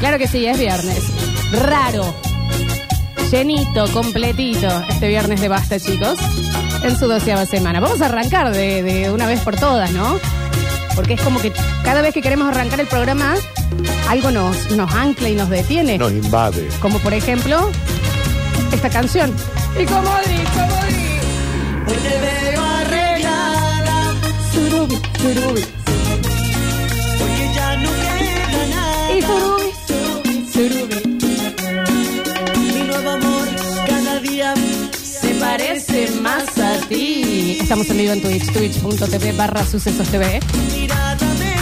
Claro que sí, es viernes. Raro. Llenito, completito, este viernes de basta, chicos. En su doceava semana. Vamos a arrancar de, de una vez por todas, ¿no? Porque es como que cada vez que queremos arrancar el programa, algo nos, nos ancla y nos detiene. Nos invade. Como por ejemplo, esta canción. Y como di, como di. Hoy te veo arreglada, Surubi, surubi. porque ya no queda nada. Y surubi, surubi. Mi nuevo amor cada día se parece más a ti. Estamos en vivo en Twitch, twitch.tv barra sucesos TV. Mirada me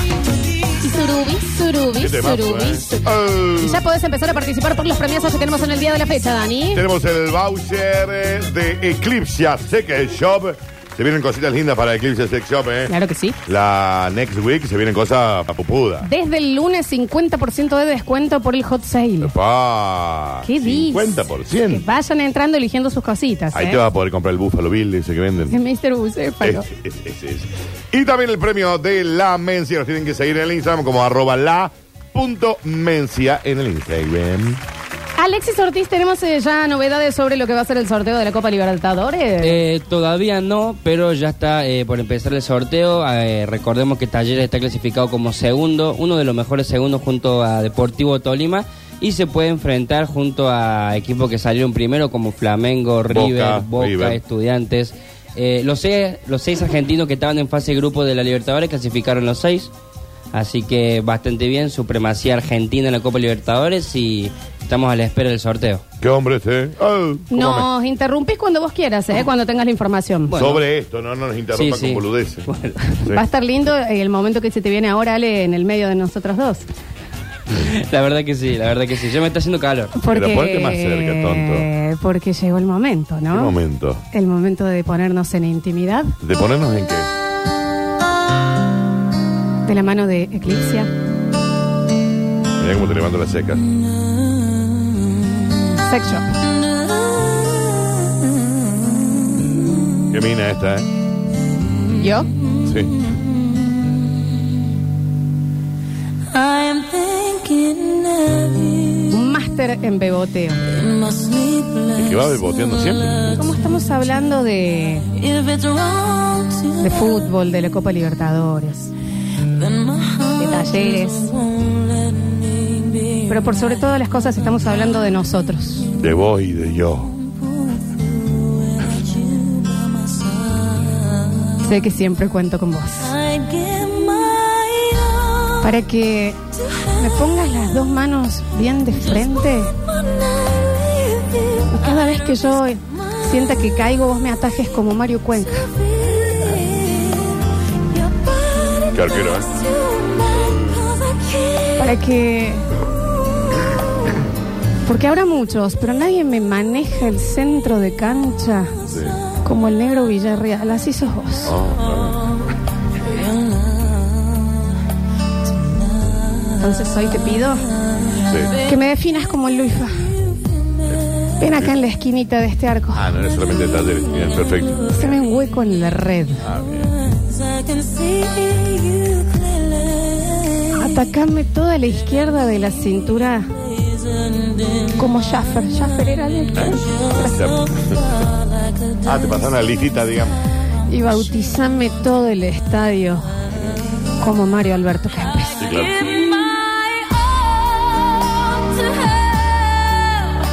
Y hipnotiza. Surubi, surubi, Qué temazo, surubi. ¿eh? su- Eh, Y Ya podés empezar a participar por los premios que tenemos en el día de la fecha, Dani. Tenemos el voucher eh, de Eclipse Sex Shop. Se vienen cositas lindas para Eclipse Sex Shop, ¿eh? Claro que sí. La next week se vienen cosas papupudas. Desde el lunes, 50% de descuento por el hot sale. ¡Epa! ¿Qué dices? 50%. Que vayan entrando eligiendo sus cositas. Ahí ¿eh? te vas a poder comprar el Buffalo Bill ese que venden. Mr. Bucéfalo. Es, es, es, es. Y también el premio de la mencia. Nos tienen que seguir en el Instagram como arroba la punto mencia en el Instagram. Alexis Ortiz, tenemos eh, ya novedades sobre lo que va a ser el sorteo de la Copa Libertadores. Eh, todavía no, pero ya está eh, por empezar el sorteo. Eh, recordemos que Talleres está clasificado como segundo, uno de los mejores segundos junto a Deportivo Tolima. Y se puede enfrentar junto a equipos que salieron primero como Flamengo, Boca, River, Boca, River. Estudiantes. Eh, los, seis, los seis argentinos que estaban en fase de grupo de la Libertadores clasificaron los seis. Así que bastante bien, supremacía argentina en la Copa Libertadores y estamos a la espera del sorteo. ¿Qué hombre este? Oh, ¿cómo me- Nos interrumpís cuando vos quieras, ¿eh? cuando tengas la información. Bueno. Sobre esto, no, no nos interrumpan Sí, sí. con boludeces. Bueno. Sí. Va a estar lindo eh, el momento que se te viene ahora, Ale, en el medio de nosotros dos. La verdad que sí, la verdad que sí. Ya me está haciendo calor. Porque, ponete más cerca, tonto. Porque llegó el momento, ¿no? ¿Qué momento? El momento de ponernos en intimidad ¿De ponernos en qué? de la mano de Eclipsia. Mirá cómo te levanto las secas. Sex Shop. Qué mina esta, ¿eh? ¿Yo? Sí. I am thinking of you Un máster en beboteo. in my sleepless Es que va beboteando siempre. ¿Cómo estamos hablando de, If it's wrong to de fútbol, de la Copa Libertadores? then my De heart talleres. won't let me be Pero por sobre todas las cosas estamos hablando de nosotros. De vos y de yo. without you by my side. Sé que siempre cuento con vos. I'd give my all Para que to me have pongas las dos manos bien de frente. one night with you. Y cada vez que yo sienta que caigo, vos me atajes como Mario Cuenca. I feel your body Qué arquero, ¿eh? next to mine 'cause I can't Para que. Porque habrá muchos, pero nadie me maneja el centro de cancha Sí. como el negro Villarreal. Así sos vos. Oh, no. Entonces hoy te pido Sí. que me definas como el Luifa. Ven acá en la esquinita de este arco. Ah, no era solamente talleres. Bien, perfecto. Haceme un hueco en la red. Ah, bien. I can see you clearly. Atacame toda la izquierda de la cintura. Como Schaffer. Schaffer era de Ah, te pasaron la listita, digamos. Y bautizame todo el estadio como Mario Alberto Kempes. Sí, claro. Give my all to have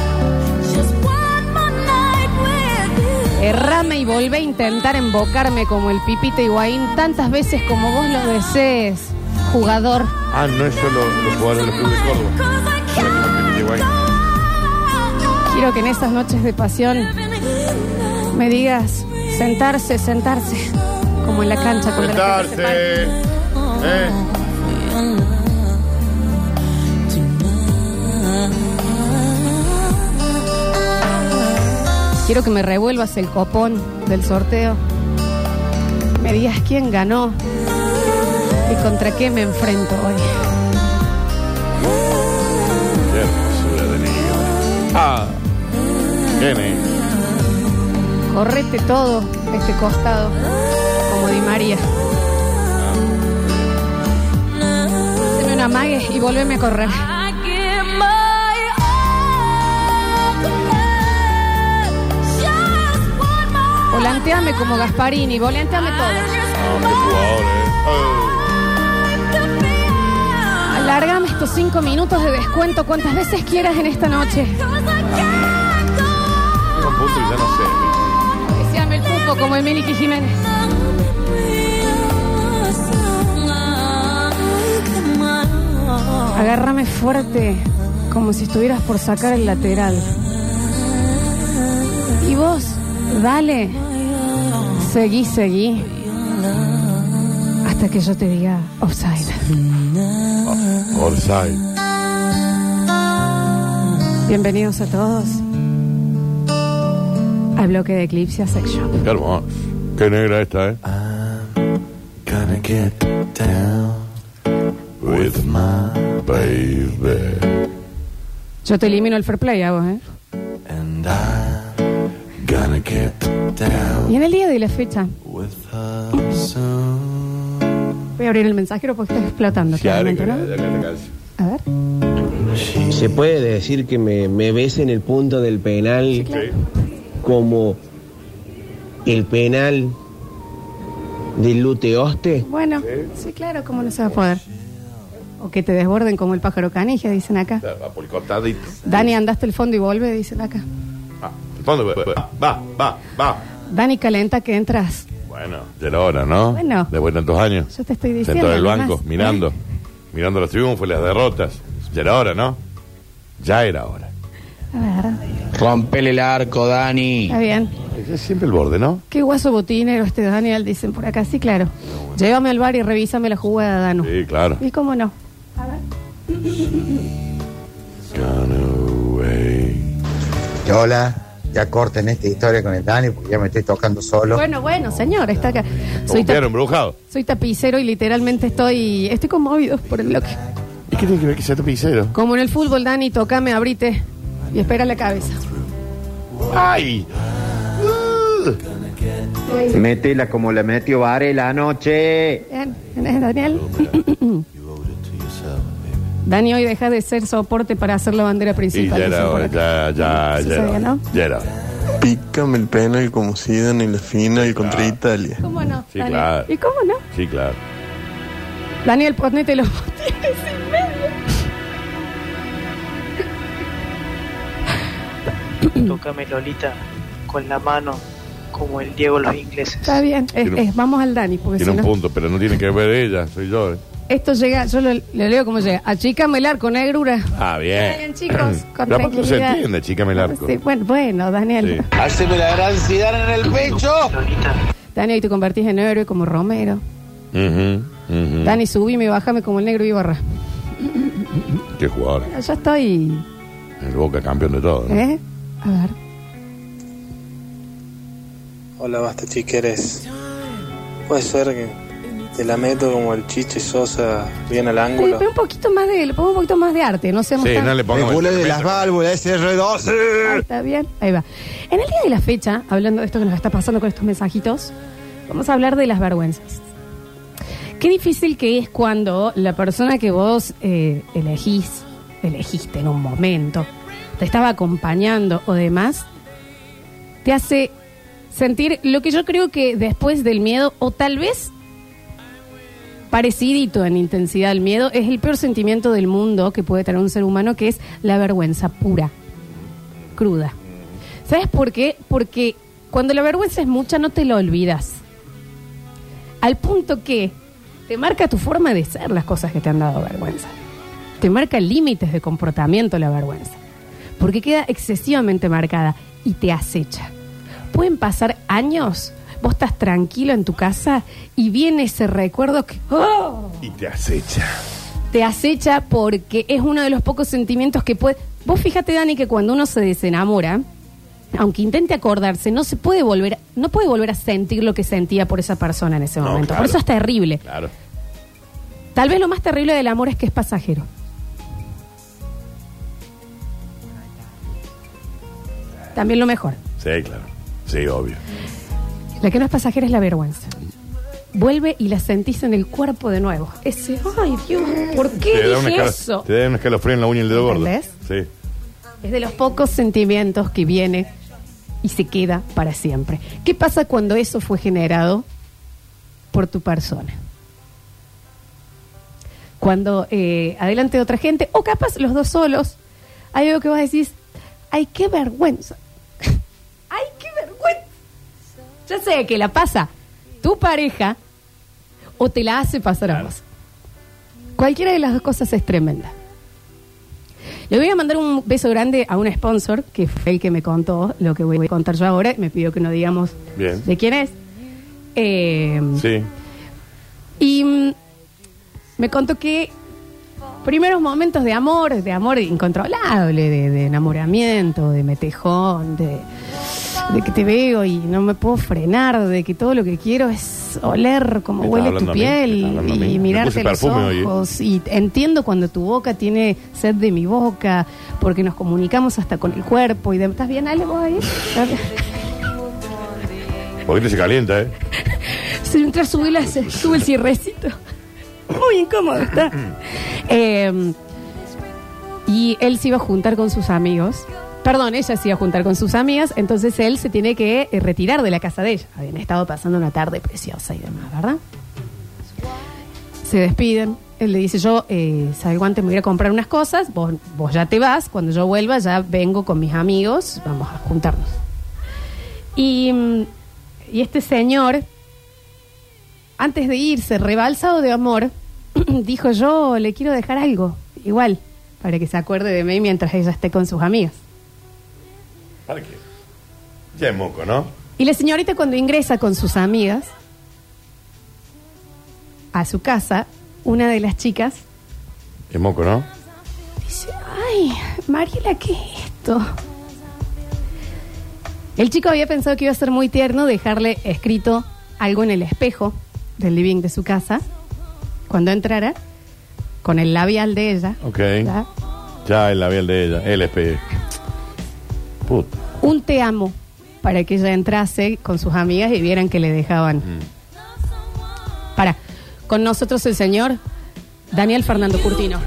just one more night with you. Errame y volvé a intentar embocarme como el Pipita Higuaín tantas veces como vos lo desees, jugador. Ah, no es solo los jugadores del Club de Córdoba. 'Cause I Me llevo ahí. can't Quiero que en esas noches de pasión live me digas sentarse, sentarse, como en la cancha cuando la gente se para. Sentarse. Eh. Quiero que me revuelvas el copón del sorteo. Me digas quién ganó y contra qué me enfrento hoy. Qué hermosura de negro. Ah. Qué negro. Correte todo este costado, como Di María. Haceme una amague y volveme a correr. I give volanteame como Gasparini, volanteame Oh, todo. qué jugador, eh. Alargame estos cinco minutos de descuento cuantas veces quieras en esta noche. Ay, llega un punto que ya no sé. Deseame el cupo como el Miliki Jiménez. Agárrame fuerte, como si estuvieras por sacar el lateral. Y vos, dale. Seguí, seguí. Hasta que yo te diga offside. Orsay. Bienvenidos a todos al bloque de Eclipse Sex Shop. Qué hermoso. Qué negra esta, ¿eh? Gonna get down With my baby. Yo te elimino el fair play a vos, ¿eh? and I'm gonna get down Y en el día de la fecha, with her soon. voy a abrir el mensajero porque está explotando. Sí, abre claramente, que la- ¿no? la- la- la- la- A ver. ¿Se puede decir que me, me besen el punto del penal Sí. como el penal del Luteoste? Bueno, sí, claro, ¿cómo no se va a poder? O que te desborden como el pájaro canija, dicen acá. Va Ah, por el costadito. Dani, andaste el fondo y vuelve, dicen acá. Ah, ¿dónde va? Va, va, va, va. Dani, calenta que entras. Bueno, de la hora, ¿no? Bueno. Después de tantos años. Yo te estoy diciendo. Sentado en el nada banco, más. mirando. Mirando los triunfos y las derrotas. Ya era hora, ¿no? Ya era hora. A ver, Rompele el arco, Dani. está bien. Es siempre el borde, ¿no? Qué guaso botinero este Daniel, dicen por acá. Sí, claro. Llévame al bar y revísame la jugada, Danu. Sí, claro. ¿Y cómo no? Gone away. Que hola, ya corten esta historia con el Dani porque ya me estoy tocando solo. Bueno, bueno, señor, está acá. Soy, Como tap- piano embrujado. soy tapicero y literalmente estoy estoy conmovido por el bloque. ¿Y qué tiene que ver que sea tapicero? Como en el fútbol, Dani, tocame, abrite y espera la cabeza. ¡Ay! Uh. Métela como la metió Varela anoche. Bien, ¿entendés, Daniel. Dani, hoy deja de ser soporte para hacer la bandera Y principal. ya dicen era por hora, acá. ya, ya, ya. Sucedió, era hora, ¿no? Ya era hora. Pícame el penal como Zidane en la final contra Italia. ¿Cómo no? Sí, Dani? claro. ¿Y cómo no? Sí, claro. Daniel, ponete los botines en medio. Tócame Lolita con la mano como el Diego los ingleses. Está bien. Es- Tiene un- es, vamos al Dani, porque Tiene Pues si un no. punto, pero no tiene que ver ella, soy yo. ¿eh? Esto llega, yo lo, lo leo como llega. Achícame el arco, negrura. Está Ah, bien. bien, chicos, con Pero aparte no se tranquilidad. Ah, entiende, chica, me el arco. Sí, bueno, bueno, Daniel. Sí. Haceme la gran Zidane en el pecho. Lolita, Dani, hoy te convertís en héroe como Romero. Ujú, ujú. Dani, subime y bájame como el negro Ibarra. Qué jugador. Yo estoy. El Boca campeón de todo. ¿no? ¿Eh? A ver. Hola, basta chiqueres. Puede ser que te la meto como el chiche Sosa bien al Sí, pero un poquito más de, le pongo un poquito más de arte, no seamos Sí, tan- no le El pongamos. culo de las válvulas, ese R12. Ahí está bien, ahí va. En el día de la fecha, hablando de esto que nos está pasando con estos mensajitos, vamos a hablar de las vergüenzas. Qué difícil que es cuando la persona que vos eh, elegís, elegiste en un momento, te estaba acompañando o demás, te hace sentir lo que yo creo que después del miedo, o tal vez parecidito en intensidad al miedo, es el peor sentimiento del mundo que puede tener un ser humano, que es la vergüenza pura cruda. ¿Sabes por qué? Porque cuando la vergüenza es mucha no te lo olvidas. Al punto que te marca tu forma de ser las cosas que te han dado vergüenza. Te marca límites de comportamiento la vergüenza. Porque queda excesivamente marcada y te acecha. Pueden pasar años, vos estás tranquilo en tu casa y viene ese recuerdo que... ¡Oh! Y te acecha. te acecha porque es uno de los pocos sentimientos que puede... Vos fíjate, Dani, que cuando uno se desenamora, aunque intente acordarse, no se puede volver, no puede volver a sentir lo que sentía por esa persona en ese No, momento. claro. Por eso es terrible. Claro. Tal vez lo más terrible del amor es que es pasajero. También lo mejor. Sí, claro. Sí, obvio. La que no es pasajera es la vergüenza. Vuelve y la sentís en el cuerpo de nuevo. Ese, ay Dios, ¿por qué te, da un dije escalo- eso? te da un escalofrío en la uña y el dedo gordo. ¿Entendés? Sí. Es de los pocos sentimientos que viene y se queda para siempre. ¿Qué pasa cuando eso fue generado por tu persona? Cuando eh, adelante de otra gente, o capaz los dos solos, hay algo que vos decís, ay, qué vergüenza. ay, qué vergüenza. Ya sé que la pasa tu pareja o te la hace pasar a vos. Cualquiera de las dos cosas es tremenda. Le voy a mandar un beso grande a un sponsor, que fue el que me contó lo que voy a contar yo ahora. Me pidió que no digamos Bien. de quién es. Eh, Sí. Y mm, me contó que primeros momentos de amor, de amor incontrolable, de, de enamoramiento, de metejón, de, de que te veo y no me puedo frenar, de que todo lo que quiero es oler como ¿Me estás huele tu hablando a mí? ¿Me estás piel hablando a mí? y Me mirarte puse los perfume hoy, ¿eh? ojos. Y entiendo cuando tu boca tiene sed de mi boca, porque nos comunicamos hasta con el cuerpo y de, ¿Estás bien, Ale, vos ahí? Porque se calienta, ¿eh? Se entra, subí la- sube el cierrecito. Muy incómodo está. Eh, y él se iba a juntar con sus amigos. Perdón, ella se iba a juntar con sus amigas, entonces él se tiene que eh, retirar de la casa de ella. Habían estado pasando una tarde preciosa y demás, ¿verdad? Se despiden. Él le dice, yo eh, salgo antes, me voy a ir a comprar unas cosas, vos, vos ya te vas, cuando yo vuelva ya vengo con mis amigos, vamos a juntarnos. Y, mm, y este señor, antes de irse, rebalsado de amor, dijo yo le quiero dejar algo, igual, para que se acuerde de mí mientras ella esté con sus amigas. ¿Para qué? Ya es moco, ¿no? Y la señorita cuando ingresa con sus amigas a su casa, una de las chicas Es moco, ¿no? dice, ay, Mariela, ¿qué es esto? El chico había pensado que iba a ser muy tierno dejarle escrito algo en el espejo del living de su casa cuando entrara con el labial de ella. Ok. ¿ya? Ya el labial de ella. LP. Puta. un te amo para que ella entrase con sus amigas y vieran que le dejaban. Mm. Para, con nosotros el señor Daniel Fernando Curtino.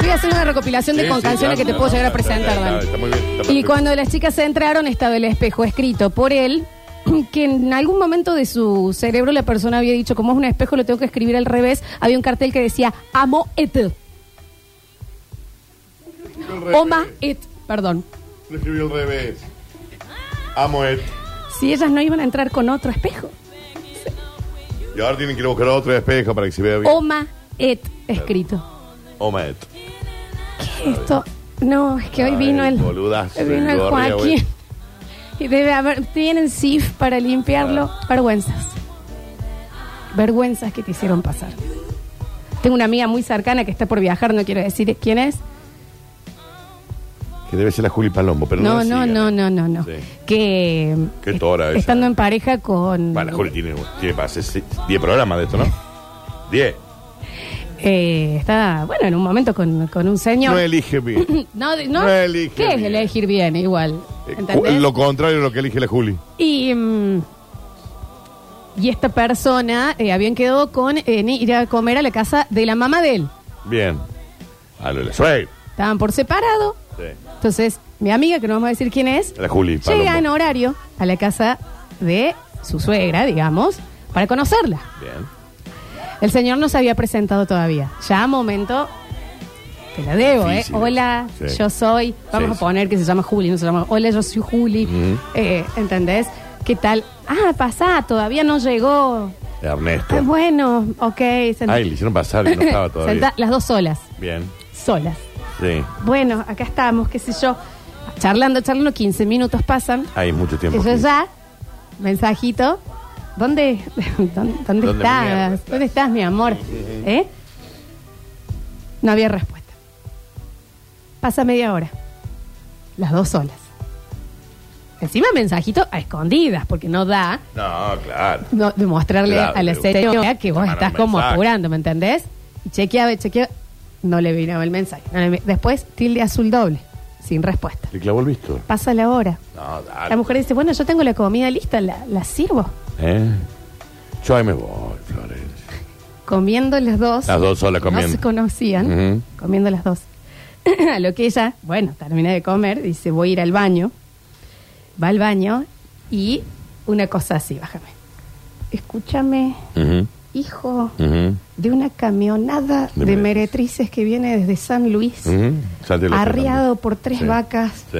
Voy a hacer una recopilación de Sí, con sí, canciones ya, que te ya, puedo ya, llegar a ya, ya, presentar, ya, Dani. Está muy bien. está Y perfecto. cuando las chicas entraron estaba el espejo escrito por él, que en algún momento de su cerebro la persona había dicho, como es un espejo, lo tengo que escribir al revés. Había un cartel que decía, amo et. Oma et, perdón. Lo escribió al revés. Amo él. Si ellas no iban a entrar con otro espejo. Y ahora tienen que ir a buscar otro espejo para que se vea bien. Oma et escrito. Omet. ¿Qué es esto? No, es que hoy vino el, Boludazo. vino el gorria, güey. Joaquín. Y debe haber, tienen SIF para limpiarlo. Ah. Vergüenzas. Vergüenzas que te hicieron pasar. Tengo una amiga muy cercana que está por viajar, no quiero decir quién es. Que debe ser la Juli Palombo, pero no. no, no, no, no, no, no. Sí. Que Qué tora esa. estando en pareja con Bueno, la Juli tiene, tiene para hacer 10 programas de esto, ¿no? 10. eh, está, bueno, en un momento con, con un señor. No elige bien. Eh, No, de- no- No elige ¿Qué es bien. Eh, elegir bien igual? ¿Entendés? Lo contrario de lo que elige la Juli. Y, mm, y esta persona eh, habían quedado con eh, ni- ir a comer a la casa de la mamá de él. Bien. A lo de la suegra. Estaban por separado. Sí. Entonces, mi amiga, que no vamos a decir quién es, La Juli Palombo. llega en horario a la casa de su suegra, digamos, para conocerla. Bien. El señor no se había presentado todavía. Ya a momento, te la debo, ¿eh? Difícil. Hola, Sí. yo soy. Vamos Sí, a poner que se llama Juli, no se llama. Hola, yo soy Juli. Ujú. Eh, ¿Entendés? ¿Qué tal? Ah, pasá, todavía no llegó. Ernesto. Ah, bueno, ok. sentá- Ay, le hicieron pasar y no estaba todavía. Sentá- las dos solas, Bien. solas. Sí. Bueno, acá estamos, qué sé yo. Charlando, charlando, 15 minutos pasan. Hay mucho tiempo. Eso aquí. ya, mensajito. ¿Dónde, dónde, dónde ¿Dónde mierda estás? estás? ¿Dónde estás, mi amor? ¿Eh? No había respuesta. Pasa media hora. Las dos solas. Encima mensajito a escondidas, porque no da No, claro. no, de mostrarle Claro, a la de- señora que vos mandar estás un como mensaje. apurando, ¿me entendés? Y chequeaba, y chequeaba. No le vino el mensaje. No le vi- Después, tilde azul doble, sin respuesta. Le clavó el visto. Pasa la hora. No, dale. La mujer dice, bueno, yo tengo la comida lista, la, la sirvo. ¿Eh? Yo ahí me voy, Florencia. Comiendo las dos. Las dos solas No comiendo. se conocían. Ujú. Comiendo las dos. a lo que ella, bueno, termina de comer, dice, voy a ir al baño. Va al baño y una cosa así, bájame. Escúchame, Ujú, hijo ujú, de una camionada De de, meretrices. meretrices que viene desde San Luis, ujú. Salte los arriado por tres Sí. vacas, Sí.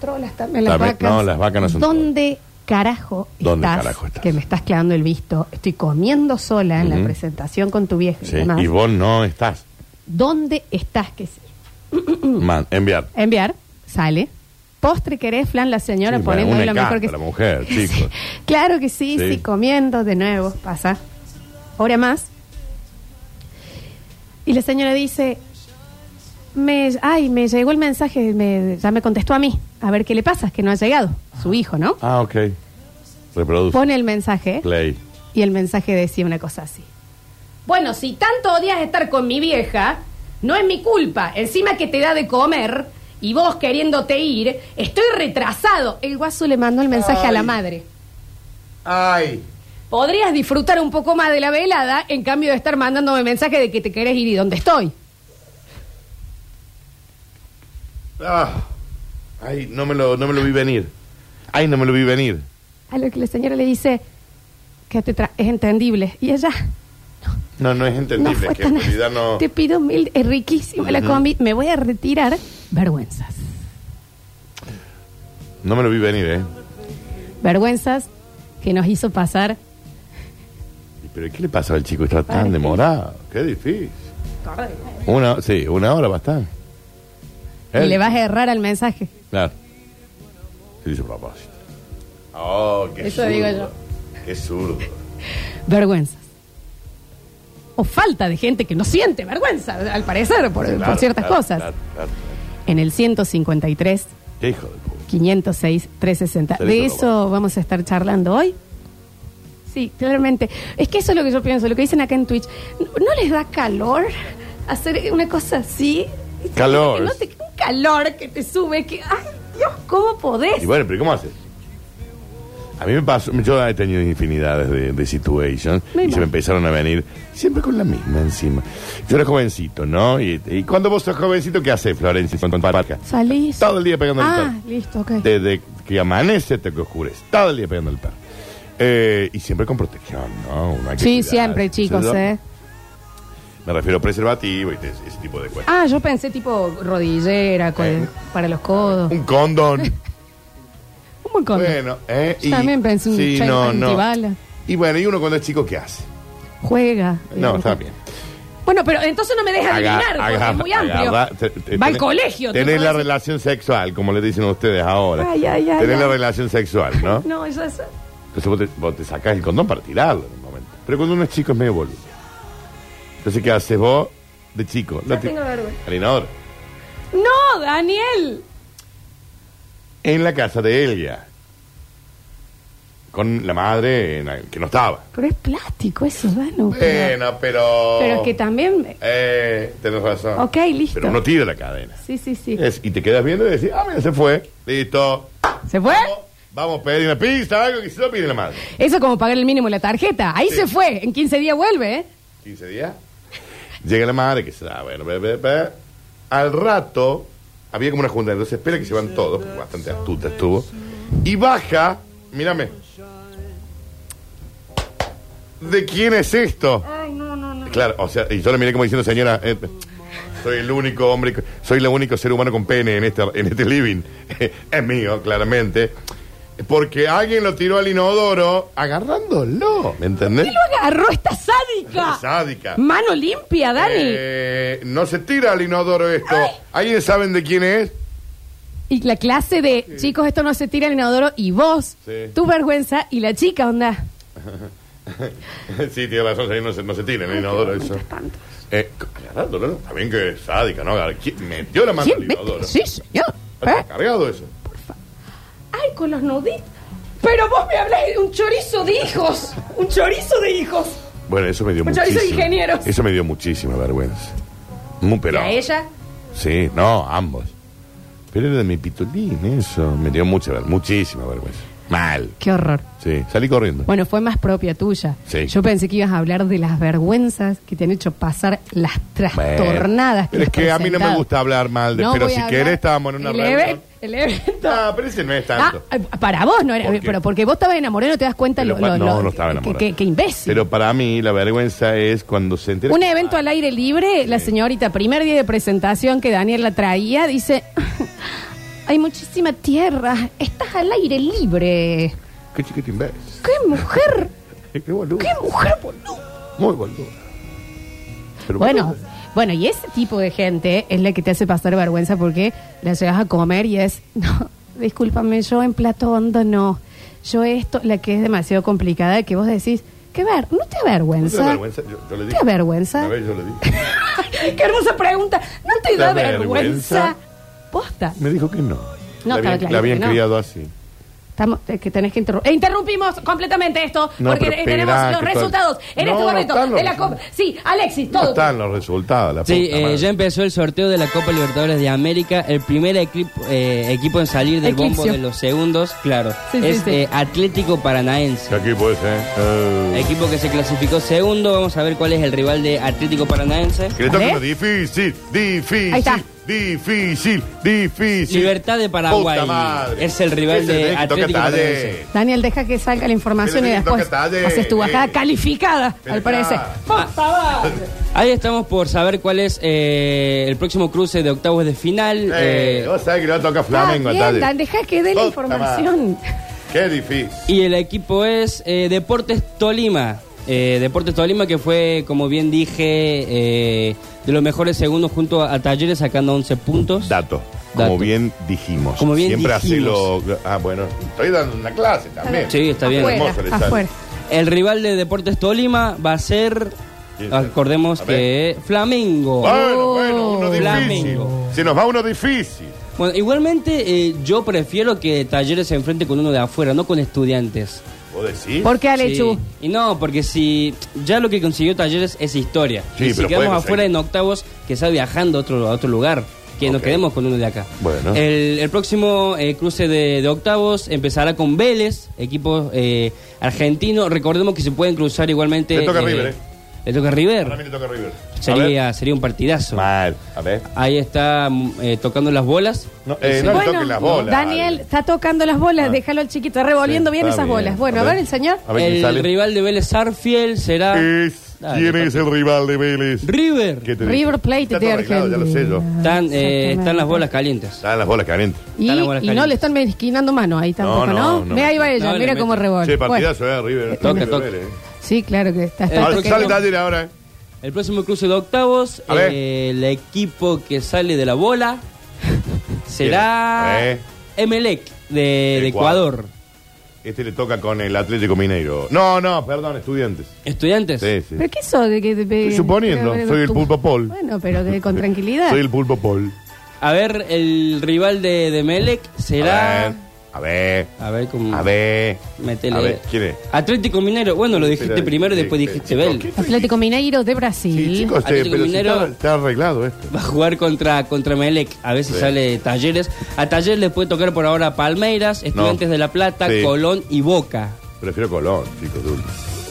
trolas también las También- vacas. no, las vacas no son ¿Dónde carajo, ¿Dónde estás, carajo estás? Que me estás clavando el visto. Estoy comiendo sola en Ujú. la presentación con tu vieja Sí, y demás. Y vos no estás. ¿Dónde estás que sí? Mm. Man, enviar. Enviar, sale. Postre querés, flan, la señora Sí, poniendo bueno, lo una mejor que casta, la mujer, chicos. Claro que sí, Sí. sí, comiendo de nuevo, pasa. Hora más. Y la señora dice, me, ay, me llegó el mensaje, me- ya me contestó a mí, a ver qué le pasa, que no ha llegado, su hijo, ¿no? Ah, ok. Reproduce. Pone el mensaje Play. y el mensaje decía una cosa así. Bueno, si tanto odias estar con mi vieja, no es mi culpa. Encima que te da de comer y vos queriéndote ir, estoy retrasado. El guaso le mandó el mensaje a la Ay. madre. Ay. Podrías disfrutar un poco más de la velada en cambio de estar mandándome mensaje de que te querés ir y dónde estoy. Ah. Ay, no me, lo, no me lo vi venir. Ay, no me lo vi venir. A lo que la señora le dice que te tra- es entendible. Y ella, No, no es no entendible. fue que en tan realidad no. Te pido mil, es riquísima la Ujú. combi, me voy a retirar. Vergüenzas. No me lo vi venir, ¿eh? Vergüenzas que nos hizo pasar ¿Pero qué le pasa al chico? Está tan demorado. Qué difícil. Una, sí, una hora bastante. Eh. Y le vas a errar al mensaje. Claro. Se hizo a propósito. Oh, qué Eso zurdo. digo yo. Qué zurdo. Vergüenzas. O falta de gente que no siente vergüenza, al parecer, por, por Claro, ciertas claro, cosas. claro, claro. En el 153, Qué hijo de puta. 506, 360. Pero eso De no eso vamos a estar charlando hoy. Sí, claramente. Es que eso es lo que yo pienso, lo que dicen acá en Twitch. ¿No, no les da calor hacer una cosa así? Calor. Que no te- un calor que te sube, que... ¡Ay, Dios, cómo podés! Y bueno, pero ¿cómo haces? A mí me pasó, yo he tenido infinidades de, de situations Me y se imagino. me empezaron a venir siempre con la misma encima. Yo era jovencito, ¿no? Y, y cuando vos sos jovencito, ¿qué haces, Florencia? Con- con- con- Salís. Todo el día pegando el Ah, perro. listo, ok. Desde que amanece hasta que oscurece. Todo el día pegando el perro. Eh, y siempre con protección, ¿no? Uno hay que Sí, cuidarse. siempre, chicos, Yo ¿eh? Me refiero a preservativo y te- ese tipo de cosas. Ah, yo pensé tipo rodillera co- Eh. para los codos. Un condón. Un buen condón. Bueno, ¿eh? Yo también pensé un sí, chai- no, no. antibala. Y bueno, y uno cuando es chico, ¿qué hace? Juega. No, está bien. Bueno, pero entonces no me dejas adivinar, porque es muy amplio. Va al colegio. te Tenés puedo la decir. relación sexual, como le dicen ustedes ahora. Ay, ay, ay, Tenés la ay. relación sexual, ¿no? No, eso es... Entonces vos te, vos te sacás el condón para tirarlo en un momento. Pero cuando uno es chico es medio boludo. Entonces, ¿qué haces vos de chico? No Lo ti- tengo vergüenza. Al inodoro. No, Daniel. En la casa de Elia. Con la madre en la- que no estaba. Pero es plástico eso, Danu. Pero, Bueno, pero. pero que también... Eh, tenés razón. Ok, listo. Pero Eh. uno tira la cadena. Sí, sí, sí. Es- y te quedas viendo y decís, ah, mira, se fue. Listo. ¿Se fue? Vamos a pedir una pizza, algo que si no pide la madre. Eso como pagar el mínimo en la tarjeta. Ahí Sí. se fue. En 15 días vuelve, ¿eh? 15 días. Llega la madre que se da, bueno, ve, ve, ve. al rato había como una junta, entonces espera que se van todos, porque bastante astuta estuvo. Y baja, mírame. ¿De quién es esto? Ay, no, no, no. Claro, o sea, y yo le miré como diciendo, señora, eh, soy el único hombre, que- soy el único ser humano con pene en, esta, en este living. es mío, claramente. Porque alguien lo tiró al inodoro agarrándolo, ¿me entendés? ¿Qué lo agarró esta sádica? Sádica. Mano limpia, Dani. Eh, no se tira al inodoro esto. ¿Alguien saben de quién es? Y la clase de chicos, esto no se tira al inodoro y vos, Sí. tu vergüenza y la chica, onda. sí, tiene razón, ahí no se, no se tira en el inodoro eso. Eh, agarrándolo, ¿no? Está bien que es sádica, ¿no? Agar- ¿Quién metió la mano al ¿Quién mete? inodoro. Sí, eh? señor. Está cargado eso. Ay, con los nuditos. Pero vos me hablas de un chorizo de hijos. Un chorizo de hijos. Bueno, eso me dio Mucho aviso de muchísimo. Pues ingenieros. Eso me dio muchísima vergüenza. Muy ¿Y pero. a ella? Sí, no, ambos. Pero era de mi pitolín eso. Me dio mucha ver- muchísima vergüenza. Mal. Qué horror. Sí, salí corriendo. Bueno, fue más propia tuya. Sí. Yo pensé que ibas a hablar de las vergüenzas que te han hecho pasar las trastornadas. Pero es has que a mí no me presentado. gusta hablar mal, de, No pero voy si a hablar. querés estábamos en una El reunión. event- el evento. Ah, pero ese no es tanto. Ah, para vos no era, ¿Por qué? pero porque vos estabas enamorado y no te das cuenta Pero lo, pa- lo- no, lo- no estaba que- enamorado. que, que imbécil. Pero para mí la vergüenza es cuando se entera. un evento al aire libre, la señorita, primer día de presentación que Daniel la traía, dice, hay muchísima tierra, estás al aire libre. Qué chiquito imbécil. ¡Qué mujer! Qué boludo. ¡Qué mujer, boludo! Muy boludo. Pero Bueno, bueno, y ese tipo de gente es la que te hace pasar vergüenza porque la llegas a comer y es, no, discúlpame, yo en plato hondo no. Yo esto, la que es demasiado complicada, que vos decís, qué ver, no te ¿No te da avergüenza. vergüenza? Yo, yo le ¿Te dije. avergüenza? Una vez yo le dije. qué hermosa pregunta. ¿No te ¿Te da da vergüenza? vergüenza? Posta. Me dijo que no. No, estaba la habían, claro la habían que no. criado así. Estamos, eh, que tenés que interrumpir. interrumpimos completamente esto No, porque pero eh, tenemos esperá los que todo- resultados en No, este no momento están los de la Copa. Sí, Alexis, No todo. están los resultados. La Sí, puta eh, madre. ya empezó el sorteo de la Copa Libertadores de América. El primer equip- eh, equipo en salir del Eclipsio. bombo de los segundos, claro, Sí, sí, es sí. eh, Atlético Paranaense. ¿Qué equipo es, eh? Eh, Equipo que se clasificó segundo. Vamos a ver cuál es el rival de Atlético Paranaense. que le toca uno difícil, difícil, Ahí está. difícil, difícil. Libertad de Paraguay. Puta madre. Es el rival Ese de tenés que tocar Atlético talle. Paranaense. Daniel, deja que salga la información y Pero, después toca talle, haces tu bajada eh. calificada, al parecer. Por favor. Ah, Ahí estamos por saber cuál es eh, el próximo cruce de octavos de final. Eh, eh, vos sabés que le va a tocar Flamengo. Ah, a bien, Talle. Dan, deja que dé la Puta información. Qué difícil. Y el equipo es eh, Deportes Tolima. Eh, Deportes Tolima que fue, como bien dije, eh, de los mejores segundos junto a, a Talleres sacando 11 puntos. Dato. Dato. Como bien dijimos. Como bien Siempre dijimos. así lo. Ah, bueno. Estoy dando una clase también. Sí, está bien. Hermoso le sale. El rival de Deportes Tolima va a ser, acordemos que, Flamengo. Oh, Bueno, bueno, uno difícil. Flamengo. Se nos va uno difícil. Bueno, igualmente eh, yo prefiero que Talleres se enfrente con uno de afuera, no con estudiantes. ¿Vos decís? ¿Por qué, Alechu? Sí. Y no, porque si ya lo que consiguió Talleres es historia. Sí, y si pero quedamos puede afuera conseguir. en octavos, que sea viajando a otro, a otro lugar, que nos quedemos con uno de acá. Bueno. El, el próximo eh, cruce de, de octavos empezará con Vélez, equipo eh, argentino. Recordemos que se pueden cruzar igualmente. Le toca River, ¿eh? Le toca Para mí River. le toca a River. Sería, sería un partidazo. Mal. A ver. Ahí está mm, eh, tocando las bolas. No, eh, no le toquen las bolas. Daniel está tocando las Ah. bolas, déjalo al chiquito, revolviendo bien está esas bien. bolas. Bueno, a A ver, ver. el señor. A ver quién el sale. rival de Vélez Arfiel será. Es- ah, Dale, ¿Quién papi. es el rival de Vélez? River. ¿Qué te dije? River Plate Está de todo arreglado, ya lo Argentina. sé yo. Están, eh, están las bolas calientes. Están las bolas calientes. Y, Están las bolas y no calientes. le están mezquinando mano ahí tampoco, ¿no? No, no, no. Ve ahí va ella, No, le mira meten. cómo revolve. Che, Bueno, partidazo, eh, River. Toca, River, toca. Vélez, eh. sí, claro que está. está Ahora toqueando. sale Taller ahora, eh. El próximo cruce de octavos, A ver. eh, el equipo que sale de la bola A será ver. Emelec de, de Ecuador. Ecuador. Este le toca con el Atlético Mineiro. No, no, perdón, estudiantes. ¿Estudiantes? Sí, sí. ¿Pero qué eso de que te Estoy suponiendo, soy el Pulpo Paul. Bueno, pero que con tranquilidad. Soy el Pulpo Paul. A ver, el rival de, de Emelec será... A ver, A ver cómo... a ver. Metele. A ver, ¿quién es? Atlético Minero. Bueno, lo dijiste Pero, primero y después eh, dijiste eh, Bel. Atlético Mineiro de Brasil. Chicos, eh, Atlético pero si Minero. está, está arreglado esto. Va a jugar contra, contra Melec. A veces Sí. sale Talleres. A Talleres le puede tocar por ahora Palmeiras, Estudiantes de La Plata, Sí. Colón y Boca. Prefiero Colón, chicos, dulce.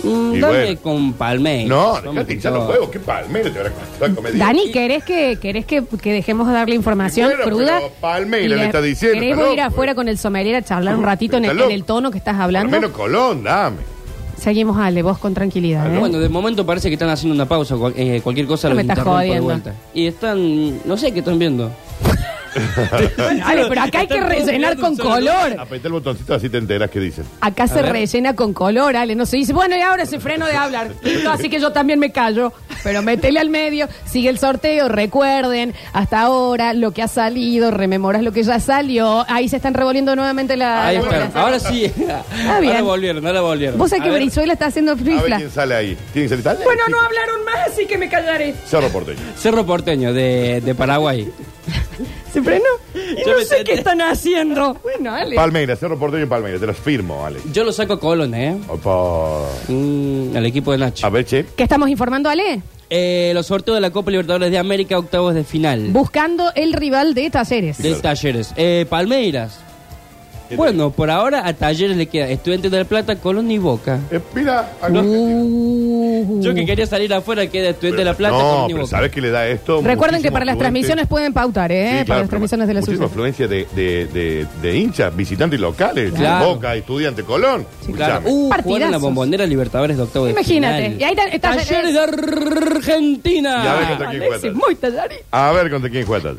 Mm, Y dame bueno. con Palmeiras. No, Vamos dejate con hinchar todo. los huevos, qué palmero te habrá te va a comer. Dani, ¿querés que, querés que, que dejemos de darle información Bueno, pero cruda? Palmeira Y le de- está diciendo, ¿Querés está vos ir loco, afuera con el sommelier a charlar un ratito en el, Está en loco. el tono que estás Por lo hablando? menos Ah, Colón, dame. Seguimos, Ale, vos con tranquilidad. ¿eh? Bueno, de momento parece que están haciendo una pausa. cual- eh, cualquier cosa No los me estás interrumpo de jodiendo. vuelta. Y están, no sé qué están viendo. Bueno, Ale, pero acá hay que Están todos rellenar mirando con un solo color. Apretá el botoncito así te enteras qué dicen. Acá se ver. rellena con color, Ale. No se dice, bueno, y ahora se freno de hablar. Listo, así que yo también me callo. Pero métele al medio, sigue el sorteo, recuerden, hasta ahora, lo que ha salido, rememoras lo que ya salió. Ahí se están revolviendo nuevamente Ah, la. Ahí la están. bola. Ahora sí. bien. Ahora volvieron, ahora volvieron. Vos sabés A que ver, Brizuela está haciendo A ver flifla. quién sale ahí. ¿Tiene que salir Taller? Bueno, no hablaron más, así que me callaré. Cerro Porteño. Cerro Porteño de, de Paraguay. ¿Se frenó? Y Yo no me sé senté. qué están haciendo. Bueno, Ale. Palmeiras, Cerro Porteño y Palmeiras. Te los firmo, Ale. Yo lo saco a Colón, ¿eh? Opa. Mm, al equipo de Nacho. A ver, che. ¿Qué estamos informando, Ale? Eh, los sorteos de la Copa Libertadores de América, octavos de final. Buscando el rival de Talleres. de Talleres. Eh, Palmeiras. Bueno, por ahora a Talleres le queda Estudiantes de la Plata, Colón y Boca. Eh, Mira, Yo Uh. que quería salir afuera queda Estudiantes de la Plata, Uh. No, Colón y pero Boca. ¿sabes qué le da esto? Recuerden que Muchísimo para las afluente. transmisiones pueden pautar, ¿eh? Sí, para claro, las transmisiones de la muchísima SUSE. afluencia de, de, de, de hinchas, visitantes locales, Claro. Boca, Estudiante Colón. Claro. Escuchame. Uh, jugaron Partidazos. la bombonera Libertadores de octavo de Imagínate. final. Y ahí ta- está Talleres de Argentina. Y a ver contra quién Alexis, juegan. Ah, muy tallarito. A ver contra quién juegas.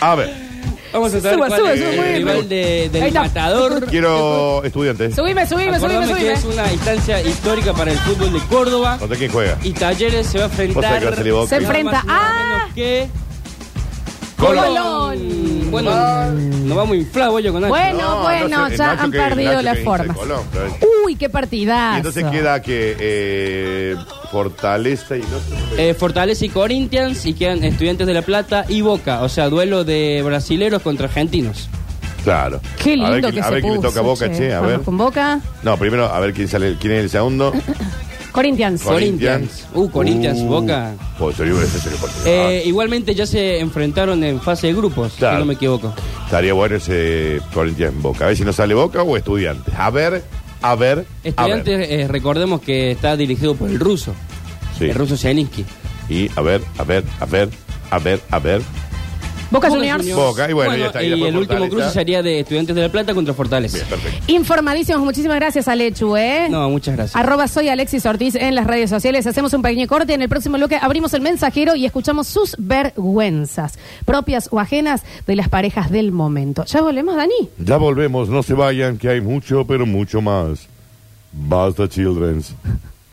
A ver, Vamos a saber Suba, cuál suba, es suba, el muy rival bien. de- del Ahí está. matador. quiero estudiantes. Subime, subime, subime, Acordame que subime. es una instancia histórica para el fútbol de Córdoba. ¿Contra quién juega? Y Talleres se va a Vos sabés que va a enfrentar. salir Boca. Se enfrenta a ¿Qué? Colón. Bueno, nos vamos inflados yo con Nacho. Bueno, No, bueno, Nacho- ya Nacho han que- perdido Nacho la que hincha de forma. Colón, pero es- Uy, qué partidazo. Y entonces queda que eh, Fortaleza y no sé. Eh, Fortaleza y Corinthians y quedan Estudiantes de La Plata y Boca. O sea, duelo de brasileros contra argentinos. Claro. Qué a ver, lindo quién- que a se ver quién le puso, toca a Boca, che, a Vamos ver. Con Boca. No, primero a ver quién sale, quién es el segundo. Corinthians. Corinthians. Uh, Corinthians, Boca. Pues sería ese sería un partido. Eh, igualmente ya se enfrentaron en fase de grupos, Ah. Claro. si no me equivoco. Ah, Estaría bueno ese Corinthians Boca. A ver si no sale Boca o estudiantes. A ver, a ver, a ver. Estudiantes, eh, recordemos que está dirigido por el ruso, Sí. el ruso Zelinsky. Y a ver, a ver, a ver, a ver, a ver. Boca Juniors. Boca, y bueno, ya está, y Y, después el último Fortaleza. cruce sería de Estudiantes de la Plata contra Fortaleza. Bien, perfecto. Informadísimos, muchísimas gracias Alechu, ¿eh? No, muchas gracias. Arroba soy Alexis Ortiz en las redes sociales. Hacemos un pequeño corte. En el próximo bloque abrimos el mensajero y escuchamos sus vergüenzas, propias o ajenas, de las parejas del momento. Ya volvemos, Dani. Ya volvemos, no se vayan, que hay mucho, pero mucho más. Basta, childrens.